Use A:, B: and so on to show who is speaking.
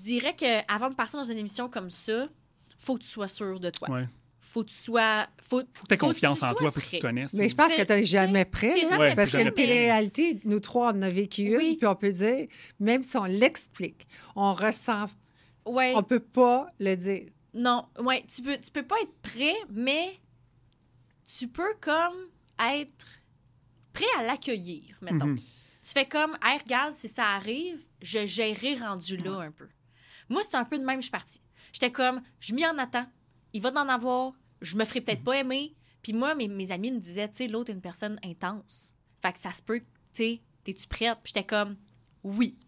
A: dirais que avant de partir dans une émission comme ça, faut que tu sois sûr de toi.
B: Ouais.
A: Faut que tu sois. Faut,
B: Faut que tu aies
A: faut
B: confiance
A: tu
B: en
A: sois
B: toi, faut que tu
A: prêt.
B: te connaisses.
C: Mais je pense
A: T'es-
C: que tu n'es jamais prêt.
A: t'es
C: là,
A: jamais
C: parce
B: prêt.
C: qu'une télé-réalité, nous trois, on en a vécu une,
A: Oui.
C: puis on peut dire, même si on l'explique, on ressent,
A: Ouais.
C: on peut pas le dire.
A: Non, ouais, tu peux, tu peux pas être prêt, mais tu peux comme être prêt à l'accueillir, mettons.
B: Mhm.
A: Tu fais comme, hey, regarde, si ça arrive, je gérerai rendu là un peu. Moi, c'était un peu de même, je suis partie. J'étais comme, je m'y en attends. Il va en avoir, je me ferai peut-être pas aimer. Puis moi, mes, mes amis me disaient, tu sais, l'autre est une personne intense. Fait que ça se peut, que, tu sais, t'es-tu prête? Puis j'étais comme, oui.